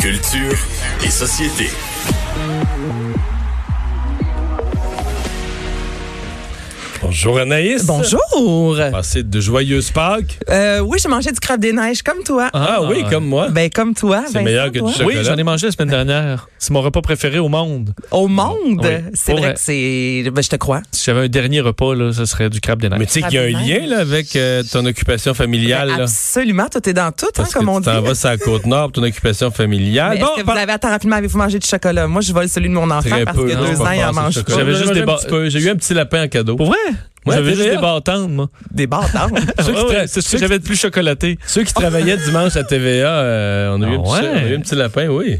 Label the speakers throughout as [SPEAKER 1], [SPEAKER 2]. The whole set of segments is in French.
[SPEAKER 1] Culture et société.
[SPEAKER 2] Bonjour Anaïs.
[SPEAKER 3] Bonjour.
[SPEAKER 2] Passez de joyeuses Pâques.
[SPEAKER 3] Euh, oui, j'ai mangé du crabe des neiges comme toi.
[SPEAKER 2] Ah, oui, comme moi.
[SPEAKER 3] Ben comme toi.
[SPEAKER 2] C'est meilleur que du chocolat.
[SPEAKER 4] Oui, j'en ai mangé la semaine dernière. C'est mon repas préféré au monde.
[SPEAKER 3] Au monde,
[SPEAKER 4] Oui,
[SPEAKER 3] c'est
[SPEAKER 4] pour
[SPEAKER 3] vrai
[SPEAKER 4] vrai.
[SPEAKER 3] que c'est. Ben, je te crois.
[SPEAKER 4] Si j'avais un dernier repas, là, ce serait du crabe des neiges.
[SPEAKER 2] Mais tu sais qu'il y a un lien là, avec euh, ton occupation familiale. là.
[SPEAKER 3] Absolument, tout est dans tout, hein,
[SPEAKER 2] Parce que
[SPEAKER 3] Ben, comme on
[SPEAKER 2] tu
[SPEAKER 3] dit.
[SPEAKER 2] t'en vas sur la côte nord, ton occupation
[SPEAKER 3] Mais
[SPEAKER 2] familiale.
[SPEAKER 3] est-ce que
[SPEAKER 2] par-
[SPEAKER 3] vous avez attends rapidement, avez-vous mangé du chocolat? Moi, je vole celui de mon enfant
[SPEAKER 2] Très
[SPEAKER 3] parce
[SPEAKER 2] peu,
[SPEAKER 3] que
[SPEAKER 2] non,
[SPEAKER 3] deux
[SPEAKER 2] pas
[SPEAKER 3] ans, il en
[SPEAKER 2] passé
[SPEAKER 3] mange
[SPEAKER 2] le chocolat.
[SPEAKER 4] J'avais
[SPEAKER 2] J'en ai
[SPEAKER 4] juste des
[SPEAKER 2] un
[SPEAKER 4] ba-
[SPEAKER 2] petit peu. J'ai eu un petit lapin en cadeau.
[SPEAKER 4] Pour vrai?
[SPEAKER 2] Ouais,
[SPEAKER 4] J'avais
[SPEAKER 2] t'es
[SPEAKER 4] juste des
[SPEAKER 2] vrai.
[SPEAKER 4] bâtandes, moi.
[SPEAKER 3] des bâtards.
[SPEAKER 2] Ceux qui
[SPEAKER 4] Ah ouais,
[SPEAKER 2] tra-
[SPEAKER 4] c'est ce
[SPEAKER 2] ceux
[SPEAKER 4] que
[SPEAKER 2] qui-
[SPEAKER 4] j'avais de plus chocolaté.
[SPEAKER 2] Ceux qui travaillaient dimanche à TVA, euh, on, a eu un
[SPEAKER 4] Ah
[SPEAKER 2] petit,
[SPEAKER 4] ouais?
[SPEAKER 2] on a eu un petit lapin, oui.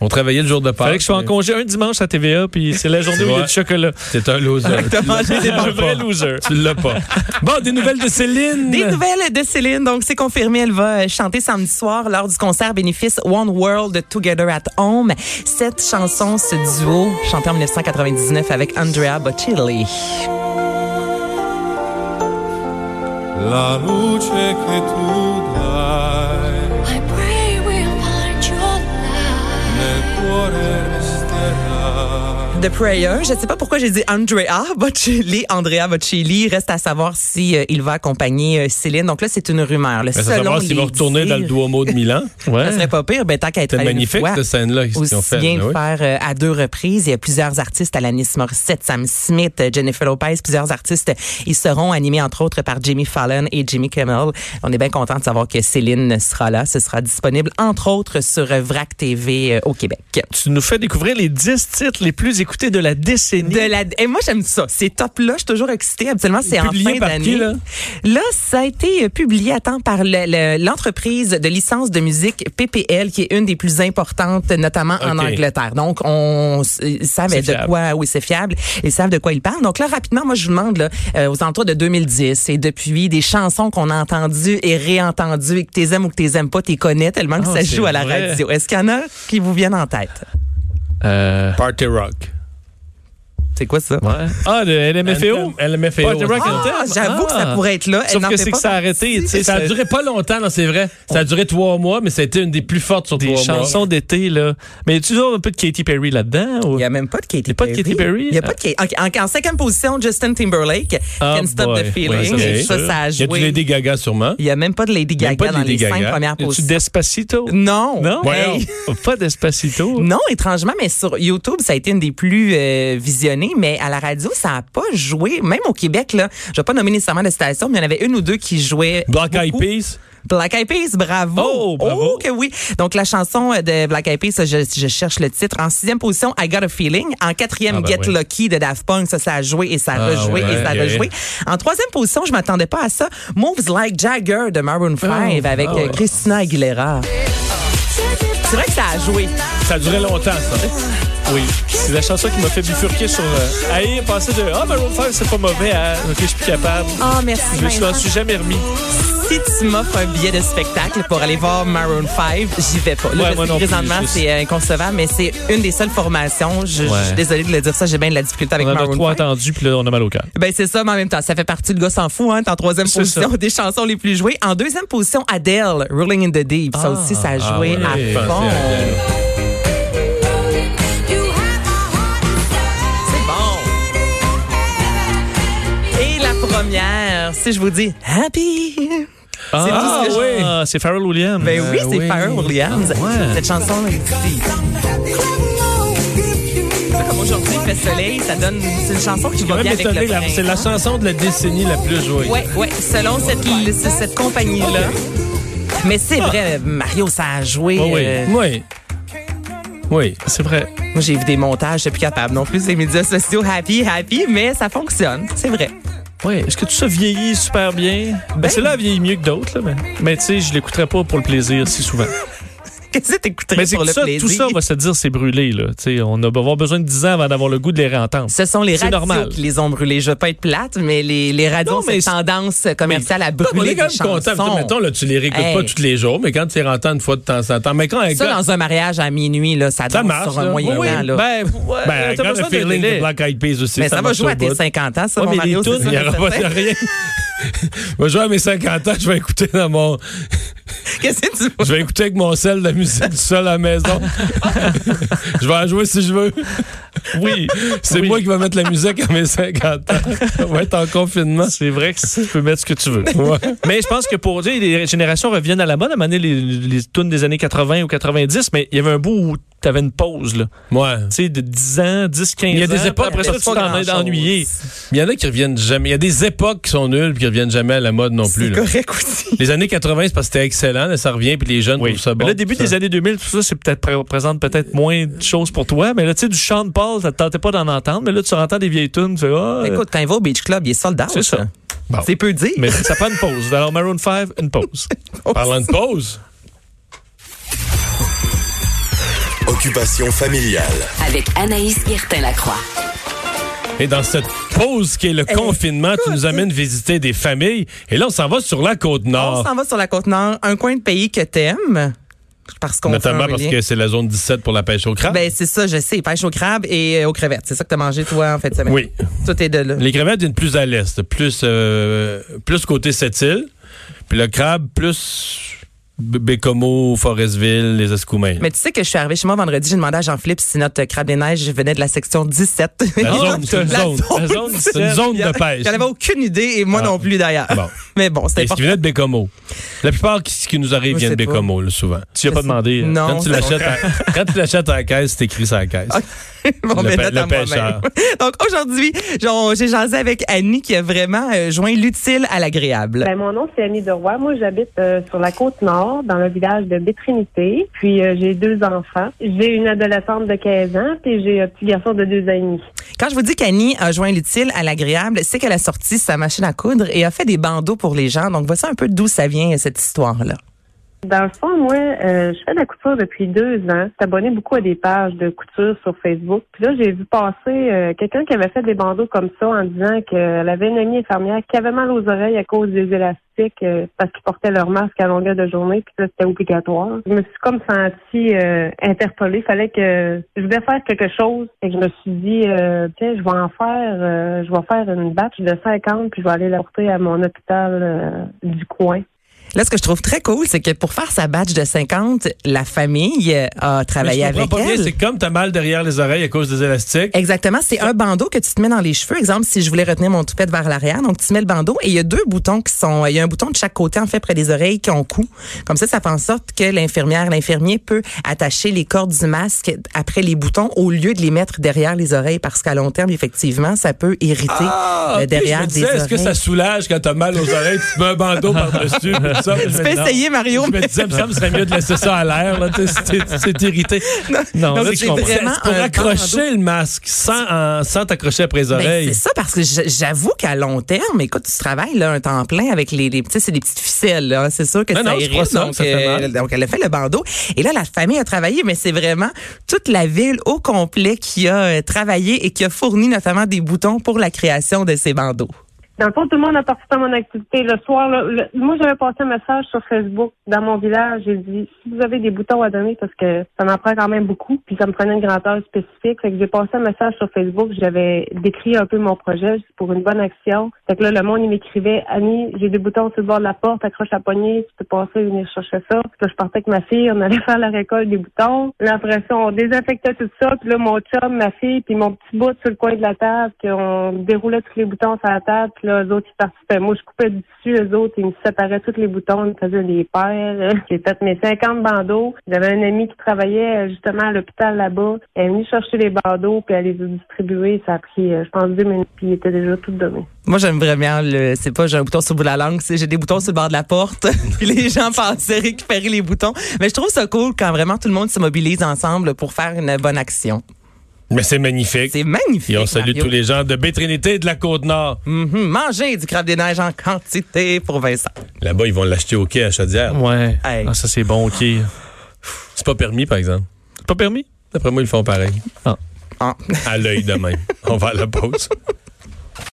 [SPEAKER 2] On travaillait le jour de Pâques.
[SPEAKER 4] Fallait que je sois en congé un dimanche à TVA, puis c'est la journée où il y a
[SPEAKER 2] vrai.
[SPEAKER 4] du chocolat. Ah,
[SPEAKER 2] C'est un loser.
[SPEAKER 3] T'as mangé des
[SPEAKER 4] Un
[SPEAKER 3] bâtards.
[SPEAKER 4] vrai loser.
[SPEAKER 2] tu l'as pas. Bon, des nouvelles de Céline.
[SPEAKER 3] Des nouvelles de Céline. Donc, c'est confirmé. Elle va euh, chanter samedi soir lors du concert bénéfice One World Together at Home. Cette chanson, ce duo, chanté en 1999 avec Andrea Bocelli.
[SPEAKER 5] la luce che tu dai
[SPEAKER 6] I pray we'll find your light.
[SPEAKER 5] nel cuore resterà.
[SPEAKER 3] The Prayer. Je ne sais pas pourquoi j'ai dit Andrea Bocelli. Andrea Bocelli. Reste à savoir si euh, il va accompagner euh, Céline. Donc là, c'est une rumeur. Là.
[SPEAKER 2] Ben, ça
[SPEAKER 3] Selon
[SPEAKER 2] savoir s'ils
[SPEAKER 3] les
[SPEAKER 2] vont retourner dans le
[SPEAKER 3] dires,
[SPEAKER 2] Duomo de Milan.
[SPEAKER 3] Ça serait pas pire. Ben, tant qu'à être
[SPEAKER 2] C'était
[SPEAKER 3] allé une
[SPEAKER 2] magnifique,
[SPEAKER 3] fois.
[SPEAKER 2] cette scène-là, qu'ils ont
[SPEAKER 3] aussi
[SPEAKER 2] fait.
[SPEAKER 3] bien
[SPEAKER 2] Ben
[SPEAKER 3] le
[SPEAKER 2] oui.
[SPEAKER 3] faire euh, à deux reprises. Il y a plusieurs artistes, Alanis Morissette, Sam Smith, euh, Jennifer Lopez, plusieurs artistes. Ils seront animés, entre autres, par Jimmy Fallon et Jimmy Kimmel. On est bien content de savoir que Céline sera là. Ce sera disponible, entre autres, sur euh, VRAC TV euh, au Québec.
[SPEAKER 4] Tu nous fais découvrir les 10 titres les plus écoutés de la décennie.
[SPEAKER 3] De la... Et moi, j'aime ça. Ces tops-là, je suis toujours excitée. Habituellement, c'est en
[SPEAKER 2] Publié
[SPEAKER 3] fin
[SPEAKER 2] par qui,
[SPEAKER 3] d'année.
[SPEAKER 2] là?
[SPEAKER 3] Là, ça a été euh, publié à temps par le- le- l'entreprise de licence de musique PPL, qui est une des plus importantes, notamment en
[SPEAKER 2] OK.
[SPEAKER 3] Angleterre. Donc, on s- ils savent
[SPEAKER 4] C'est
[SPEAKER 3] de
[SPEAKER 4] fiable.
[SPEAKER 3] quoi, oui, c'est fiable. Ils savent de quoi ils parlent. Donc là, rapidement, moi, je vous demande, là, euh, aux alentours de 2010 et depuis, des chansons qu'on a entendues et réentendues et que t'es aimes ou que t'es aimes pas, t'es connais tellement que
[SPEAKER 4] Ah,
[SPEAKER 3] ça
[SPEAKER 4] c'est
[SPEAKER 3] joue à la
[SPEAKER 4] vrai.
[SPEAKER 3] radio. Est-ce qu'il y en a qui vous viennent en tête?
[SPEAKER 4] Euh,
[SPEAKER 2] Party Rock.
[SPEAKER 3] C'est quoi ça?
[SPEAKER 4] ouais. Ah, de LMFAO?
[SPEAKER 2] LMFAO.
[SPEAKER 4] Party Rock
[SPEAKER 2] ça.
[SPEAKER 4] Anthem.
[SPEAKER 3] Ah, j'avoue que ça
[SPEAKER 4] Ah.
[SPEAKER 3] pourrait être là. Elle
[SPEAKER 4] Sauf
[SPEAKER 3] n'en
[SPEAKER 4] que
[SPEAKER 3] fait
[SPEAKER 4] c'est
[SPEAKER 3] pas
[SPEAKER 4] que ça a arrêté. tu sais,
[SPEAKER 2] Ça a duré pas longtemps, non, c'est vrai. Ça a duré trois mois, mais ça a été une des plus fortes sur
[SPEAKER 4] des
[SPEAKER 2] trois
[SPEAKER 4] chansons
[SPEAKER 2] mois.
[SPEAKER 4] d'été, là. Mais y a toujours un peu de Katy Perry là-dedans? ou-
[SPEAKER 3] Il n'y a même pas de Katy
[SPEAKER 4] Il y a pas de Katy Perry?
[SPEAKER 3] Il y a pas de Katy. En, en- en cinquième position, Justin Timberlake,
[SPEAKER 4] Ah
[SPEAKER 3] Can't Stop
[SPEAKER 4] boy.
[SPEAKER 3] the Feeling.
[SPEAKER 4] Oui,
[SPEAKER 2] c'est
[SPEAKER 3] ça,
[SPEAKER 4] sûr.
[SPEAKER 3] ça a
[SPEAKER 2] Il y a du
[SPEAKER 3] joué.
[SPEAKER 2] Lady Gaga sûrement.
[SPEAKER 3] Il n'y a même pas de Lady
[SPEAKER 2] y a
[SPEAKER 3] Gaga
[SPEAKER 2] pas de
[SPEAKER 3] dans
[SPEAKER 2] Lady
[SPEAKER 3] les cinq
[SPEAKER 2] Gaga.
[SPEAKER 3] premières
[SPEAKER 4] Y a-tu
[SPEAKER 3] positions.
[SPEAKER 4] Despacito?
[SPEAKER 3] Non.
[SPEAKER 4] Non?
[SPEAKER 3] Hey.
[SPEAKER 4] Pas Despacito?
[SPEAKER 3] Non, étrangement, mais sur YouTube, ça a été une des plus euh, visionnées, mais à la radio, ça n'a pas joué. Même au Québec, là, je vais pas nommer nécessairement de station, mais il y en avait une ou deux qui jouaient.
[SPEAKER 2] Black Eyed
[SPEAKER 3] beaucoup.
[SPEAKER 2] Peas.
[SPEAKER 3] Black Eyed Peas, bravo.
[SPEAKER 4] Oh, bravo.
[SPEAKER 3] que oui. Donc, la chanson de Black Eyed Peas, ça, je, je cherche le titre. En sixième position, I Got a Feeling. En quatrième,
[SPEAKER 2] Ah, ben
[SPEAKER 3] Get
[SPEAKER 2] oui.
[SPEAKER 3] Lucky de Daft Punk. Ça, ça a joué et ça a
[SPEAKER 2] Ah, ouais,
[SPEAKER 3] rejoué et ça a
[SPEAKER 2] ok.
[SPEAKER 3] rejoué. En troisième position, je m'attendais pas à ça. Moves Like Jagger de Maroon 5 avec
[SPEAKER 4] ah ouais.
[SPEAKER 3] euh, Christina Aguilera. C'est vrai que ça a joué.
[SPEAKER 2] Ça a duré longtemps, ça.
[SPEAKER 4] Oui. C'est la chanson qui m'a fait bifurquer sur. Euh, Aïe, passer de Ah, Maroon 5, c'est pas mauvais à Ok, je suis plus capable.
[SPEAKER 3] Ah, merci.
[SPEAKER 4] Je me suis- m'en suis jamais remis.
[SPEAKER 3] Si tu m'offres un billet de spectacle pour aller voir Maroon 5, j'y vais pas. Là,
[SPEAKER 4] Ouais,
[SPEAKER 3] je
[SPEAKER 4] moi
[SPEAKER 3] sais,
[SPEAKER 4] non plus,
[SPEAKER 3] présentement,
[SPEAKER 4] je-
[SPEAKER 3] c'est inconcevable, mais c'est une des seules formations. Je, je suis
[SPEAKER 4] Ouais.
[SPEAKER 3] désolée de le dire ça, j'ai bien de la difficulté avec
[SPEAKER 4] On en a
[SPEAKER 3] Maroon
[SPEAKER 4] trois
[SPEAKER 3] 5.
[SPEAKER 4] entendus, puis là, on a mal au cœur.
[SPEAKER 3] Ben c'est ça, mais en même temps, ça fait partie de gars s'en fout, hein, t'es en troisième
[SPEAKER 4] C'est
[SPEAKER 3] position
[SPEAKER 4] ça.
[SPEAKER 3] des chansons les plus jouées. En deuxième position, Adele, Rolling in the Deep. Ça aussi, ça a joué
[SPEAKER 2] Ah, ouais. Je
[SPEAKER 3] à
[SPEAKER 2] pensais
[SPEAKER 3] fond.
[SPEAKER 2] à Adele.
[SPEAKER 6] You have my heart inside.
[SPEAKER 3] C'est bon. Et la première, si je vous dis Happy.
[SPEAKER 4] Ah,
[SPEAKER 3] tout ce que
[SPEAKER 4] oui. Ah, c'est Pharrell Williams.
[SPEAKER 3] Ben oui, c'est
[SPEAKER 2] Euh,
[SPEAKER 4] oui.
[SPEAKER 3] Pharrell Williams.
[SPEAKER 4] Ah, ouais.
[SPEAKER 3] Cette chanson, là, comme aujourd'hui, il fait soleil, ça donne. C'est une chanson qui va
[SPEAKER 2] Même
[SPEAKER 3] bien avec
[SPEAKER 2] étonné,
[SPEAKER 3] le
[SPEAKER 2] la- c'est la
[SPEAKER 3] printemps.
[SPEAKER 2] chanson de la décennie la plus jouée.
[SPEAKER 3] Ouais, ouais, selon cette, ce- cette compagnie-là. Mais c'est vrai, Mario, ça a joué.
[SPEAKER 4] Ah
[SPEAKER 2] Oui,
[SPEAKER 3] euh,
[SPEAKER 2] oui. Oui. Oui.
[SPEAKER 4] C'est vrai.
[SPEAKER 3] moi, j'ai vu des montages, je suis plus capable non plus. Les médias sociaux, happy, happy, mais ça fonctionne. C'est vrai.
[SPEAKER 4] Oui. Est-ce que tout ça vieillit super bien? Ben, celle-là vieillit mieux que d'autres, là, mais, mais tu sais, je l'écouterai pas pour le plaisir si souvent.
[SPEAKER 3] Qu'est-ce que t'écouterais
[SPEAKER 4] Mais c'est
[SPEAKER 3] pour
[SPEAKER 4] que
[SPEAKER 3] le
[SPEAKER 4] ça,
[SPEAKER 3] plaisir?
[SPEAKER 4] tout ça, on va se dire, c'est brûlé, là. Tu sais, on a- va avoir besoin de 10 ans avant d'avoir le goût de les réentendre.
[SPEAKER 3] Ce sont les
[SPEAKER 4] C'est
[SPEAKER 3] radios
[SPEAKER 4] normal.
[SPEAKER 3] qui les ont brûlés. Je veux pas être plate, mais les, les radios ont
[SPEAKER 4] Non, mais
[SPEAKER 3] cette tendance commerciale à brûler
[SPEAKER 2] On est quand
[SPEAKER 3] des
[SPEAKER 2] même content.
[SPEAKER 3] chansons.
[SPEAKER 2] Mettons, là, tu les réécoutes
[SPEAKER 3] Hey.
[SPEAKER 2] pas tous les jours, mais quand tu les entends une fois de temps en temps. Mais quand ben, un
[SPEAKER 3] Ça,
[SPEAKER 2] gars-
[SPEAKER 3] dans un mariage à minuit, là, ça,
[SPEAKER 2] Ça
[SPEAKER 3] danse
[SPEAKER 2] marche,
[SPEAKER 3] sur un
[SPEAKER 2] là.
[SPEAKER 3] moyen
[SPEAKER 2] Oui,
[SPEAKER 3] temps. Là.
[SPEAKER 4] Ben, ouais,
[SPEAKER 2] Ben,
[SPEAKER 4] t'as
[SPEAKER 2] quand le
[SPEAKER 4] besoin de
[SPEAKER 2] feeling de
[SPEAKER 4] délai.
[SPEAKER 2] Black Eyed Peas aussi,
[SPEAKER 3] mais ça, va
[SPEAKER 2] marche
[SPEAKER 3] jouer
[SPEAKER 2] au
[SPEAKER 3] à tes
[SPEAKER 2] bout.
[SPEAKER 3] 50 ans, ça,
[SPEAKER 4] Ouais,
[SPEAKER 3] mon
[SPEAKER 4] mais les
[SPEAKER 3] Mario. c'est
[SPEAKER 4] tunes,
[SPEAKER 3] ça,
[SPEAKER 2] Il n'y
[SPEAKER 3] c'est
[SPEAKER 2] aura pas
[SPEAKER 3] certain.
[SPEAKER 2] rien. Moi, je vais à mes 50 ans, je vais écouter dans mon.
[SPEAKER 3] Qu'est-ce que tu
[SPEAKER 2] Je vais écouter avec mon sel la musique du sol à la maison. je vais en jouer si je veux.
[SPEAKER 4] Oui,
[SPEAKER 2] C'est
[SPEAKER 4] Oui.
[SPEAKER 2] moi qui vais mettre la musique à mes 50 ans. On va être en confinement.
[SPEAKER 4] c'est vrai que tu peux mettre ce que tu veux.
[SPEAKER 2] Ouais.
[SPEAKER 4] Mais je pense que pour tu sais, les générations reviennent à la mode. À un moment donné, les, les tunes des années 80 ou 90, mais il y avait un bout où tu avais une pause, là.
[SPEAKER 2] Ouais.
[SPEAKER 4] Tu sais, de 10 ans, 10, 15 ans.
[SPEAKER 2] Il y a des
[SPEAKER 4] puis
[SPEAKER 2] époques,
[SPEAKER 4] Après ça,
[SPEAKER 2] mais
[SPEAKER 4] tu
[SPEAKER 2] c'est pas
[SPEAKER 4] t'en es
[SPEAKER 2] grand-chose.
[SPEAKER 4] ennuyé.
[SPEAKER 2] Il y en a qui reviennent jamais. Il y a des époques qui sont nulles puis qui reviennent jamais à la mode non plus.
[SPEAKER 3] C'est
[SPEAKER 2] là.
[SPEAKER 3] correct aussi.
[SPEAKER 2] Les années 80, c'est parce que c'était excellent, là, ça revient puis les jeunes
[SPEAKER 4] Oui.
[SPEAKER 2] trouvent ça
[SPEAKER 4] Mais
[SPEAKER 2] bon.
[SPEAKER 4] là, début
[SPEAKER 2] tout
[SPEAKER 4] des
[SPEAKER 2] ça.
[SPEAKER 4] années 2000, tout ça, c'est peut-être pré- représente peut-être moins de choses pour toi. Mais là, tu sais, du chant de Paul, ça te tentait pas d'en entendre. Mais là, tu entends des vieilles tunes, tu fais, ah, euh,
[SPEAKER 3] Écoute, quand il va au Beach Club, il est soldat.
[SPEAKER 4] C'est ça. Bon.
[SPEAKER 3] C'est peu dire.
[SPEAKER 4] Mais ça prend une pause. Alors, Maroon 5, une pause.
[SPEAKER 2] Parlant de pause.
[SPEAKER 1] Occupation familiale.
[SPEAKER 7] Avec Anaïs Guertin-Lacroix.
[SPEAKER 2] Et dans cette pause qui est
[SPEAKER 3] Eh,
[SPEAKER 2] le confinement, tu nous amènes visiter des familles. Et là, on s'en va sur la côte
[SPEAKER 3] hein. On
[SPEAKER 2] nord.
[SPEAKER 3] s'en va sur la Côte-Nord, un coin de pays que t'aimes. Parce qu'on fait
[SPEAKER 2] Notamment
[SPEAKER 3] un
[SPEAKER 2] parce
[SPEAKER 3] lien.
[SPEAKER 2] que c'est la zone 17 pour la pêche au crabe.
[SPEAKER 3] Ben, c'est ça, je sais. Pêche aux crabes et euh, aux crevettes. C'est ça que t'as mangé, toi, en fait, semaine.
[SPEAKER 2] Oui.
[SPEAKER 3] Tout est de là.
[SPEAKER 2] Les crevettes viennent plus à l'est, plus, euh, plus côté Sept-Îles. Puis le crabe, plus B- Bécomo, Forestville, les Escoumins.
[SPEAKER 3] Mais tu sais que je suis arrivée chez moi vendredi, j'ai demandé à Jean-Philippe si notre crabe des neiges venait de la section 17.
[SPEAKER 2] La zone, c'est une
[SPEAKER 3] La
[SPEAKER 2] zone.
[SPEAKER 3] zone.
[SPEAKER 4] La zone
[SPEAKER 2] C'est une
[SPEAKER 4] 17.
[SPEAKER 2] zone de
[SPEAKER 3] J'en
[SPEAKER 2] pêche.
[SPEAKER 3] avais aucune idée et moi
[SPEAKER 2] Ah.
[SPEAKER 3] non plus d'ailleurs.
[SPEAKER 2] Bon.
[SPEAKER 3] Mais bon, c'était
[SPEAKER 2] Et ce qui
[SPEAKER 3] important.
[SPEAKER 2] venait de Bécomo. La plupart qui- ce qui nous arrive
[SPEAKER 3] Moi,
[SPEAKER 2] vient de
[SPEAKER 3] c'est pas.
[SPEAKER 2] Bécomo, là, souvent.
[SPEAKER 4] Tu y as pas demandé. euh,
[SPEAKER 3] Non.
[SPEAKER 2] Quand tu
[SPEAKER 3] c'est
[SPEAKER 2] l'achètes à, quand tu l'achètes à la caisse, c'est écrit sur la caisse.
[SPEAKER 3] Bon,
[SPEAKER 2] Le
[SPEAKER 3] ben,
[SPEAKER 2] pê-
[SPEAKER 3] note
[SPEAKER 2] le
[SPEAKER 3] à moi-même.
[SPEAKER 2] pêcheur.
[SPEAKER 3] Donc aujourd'hui, j'en- j'ai jasé avec Annie qui a vraiment euh, joint l'utile à l'agréable.
[SPEAKER 8] Ben, mon nom, c'est Annie Deroy. Moi, j'habite euh, sur la côte nord, dans le village de Bétrinité. Puis, euh, j'ai deux enfants. J'ai une adolescente de 15 ans, puis j'ai un petit garçon de deux ans et demi.
[SPEAKER 3] Quand je vous dis qu'Annie a joint l'utile à l'agréable, c'est qu'elle a sorti sa machine à coudre et a fait des bandeaux pour les gens. Donc voici un peu d'où ça vient cette histoire-là.
[SPEAKER 8] Dans le fond, moi, euh, je fais de la couture depuis deux ans. Je abonné beaucoup à des pages de couture sur Facebook. Puis là, j'ai vu passer euh, quelqu'un qui avait fait des bandeaux comme ça en disant qu'elle avait une amie infirmière qui avait mal aux oreilles à cause des élastiques euh, parce qu'ils portaient leur masque à longueur de journée. Puis là, c'était obligatoire. Je me suis comme sentie euh, interpellée. Fallait que je voulais faire quelque chose. Et je me suis dit, euh, tiens, je vais en faire. euh, je vais faire une batch de 50 puis je vais aller la porter à mon hôpital euh, du coin.
[SPEAKER 3] Là, ce que je trouve très cool, c'est que pour faire sa badge de 50, la famille euh, a
[SPEAKER 2] Mais
[SPEAKER 3] travaillé
[SPEAKER 2] je comprends
[SPEAKER 3] avec
[SPEAKER 2] pas bien,
[SPEAKER 3] elle.
[SPEAKER 2] c'est comme t'as mal derrière les oreilles à cause des élastiques.
[SPEAKER 3] Exactement, c'est un bandeau que tu te mets dans les cheveux. Exemple, si je voulais retenir mon toupette vers l'arrière, donc tu mets le bandeau et il y a deux boutons qui sont, il y a un bouton de chaque côté en fait près des oreilles qui ont coup. Comme ça, ça fait en sorte que l'infirmière, l'infirmier peut attacher les cordes du masque après les boutons au lieu de les mettre derrière les oreilles parce qu'à long terme, effectivement, ça peut irriter euh,
[SPEAKER 2] Ah, puis
[SPEAKER 3] derrière
[SPEAKER 2] je me
[SPEAKER 3] des
[SPEAKER 2] disais,
[SPEAKER 3] oreilles.
[SPEAKER 2] est-ce que ça soulage quand t'as mal aux oreilles, tu te mets un bandeau par-dessus, tout ça.
[SPEAKER 3] Tu peux essayer, Mario.
[SPEAKER 2] Je me disais, il me semble que ce serait mieux de laisser ça à l'air, là, tu sais, c'est c'est irrité.
[SPEAKER 4] Non,
[SPEAKER 3] Donc,
[SPEAKER 4] là,
[SPEAKER 3] c'est
[SPEAKER 4] je comprends.
[SPEAKER 3] vraiment
[SPEAKER 2] C'est pour
[SPEAKER 3] un
[SPEAKER 2] accrocher le masque sans, en- sans t'accrocher après les
[SPEAKER 3] Ben,
[SPEAKER 2] oreilles.
[SPEAKER 3] c'est ça, parce que j- j'avoue qu'à long terme, écoute, tu travailles là, un temps plein avec les, les petits, c'est des petites ficelles. là. hein, C'est sûr que
[SPEAKER 2] Non,
[SPEAKER 3] ça
[SPEAKER 2] non, je
[SPEAKER 3] irrite,
[SPEAKER 2] crois ça,
[SPEAKER 3] donc, euh,
[SPEAKER 2] ça fait mal.
[SPEAKER 3] donc, elle a fait le bandeau. Et là, la famille a travaillé, mais c'est vraiment toute la ville au complet qui a euh, travaillé et qui a fourni notamment des boutons pour la création de ces bandeaux.
[SPEAKER 8] Dans le fond, tout le monde a participé à mon activité. Le soir, là, le- moi, j'avais passé un message sur Facebook dans mon village. J'ai dit, si vous avez des boutons à donner, parce que ça m'en prend quand même beaucoup, puis ça me prenait une grandeur spécifique. Fait que j'ai passé un message sur Facebook. J'avais décrit un peu mon projet pour une bonne action. Fait que là, le monde, il m'écrivait, Annie, j'ai des boutons sur le bord de la porte, accroche la poignée, tu peux passer, venir chercher ça. Puis là, je partais avec ma fille, on allait faire la récolte des boutons. Là, après ça, on désinfectait tout ça. Puis là, mon chum, ma fille, puis mon petit bout sur le coin de la table, qu'on déroulait tous les boutons sur la table. Puis là, eux autres, ils participaient. Moi, je coupais du dessus, eux autres, ils me séparaient tous les boutons, ils me faisaient des paires. J'ai fait mes 50 bandeaux. J'avais un ami qui travaillait euh, justement à l'hôpital là-bas. Elle est venue chercher les bandeaux, puis elle les a distribués. Ça a pris, euh, je pense, deux minutes, puis ils étaient déjà tout donnés.
[SPEAKER 3] Moi, j'aime vraiment le, c'est pas j'ai un bouton sur le bout de la langue, c'est j'ai des boutons sur le bord de la porte. Puis les gens passaient récupérer les boutons. Mais je trouve ça cool quand vraiment tout le monde se mobilise ensemble pour faire une bonne action.
[SPEAKER 2] Mais c'est magnifique.
[SPEAKER 3] C'est magnifique.
[SPEAKER 2] Et on salue
[SPEAKER 3] Mario.
[SPEAKER 2] tous les gens de Bétrinité et de la Côte-Nord.
[SPEAKER 3] Mhm. Manger du crabe des neiges en quantité pour Vincent.
[SPEAKER 2] Là-bas, ils vont l'acheter au quai à Chaudière.
[SPEAKER 4] Ouais.
[SPEAKER 3] Hey.
[SPEAKER 4] Ah, ça, c'est bon, OK. C'est
[SPEAKER 2] C'est pas permis, par exemple.
[SPEAKER 4] pas permis?
[SPEAKER 2] D'après moi, ils font pareil.
[SPEAKER 3] Ah.
[SPEAKER 2] À l'œil de même. on va à la pause.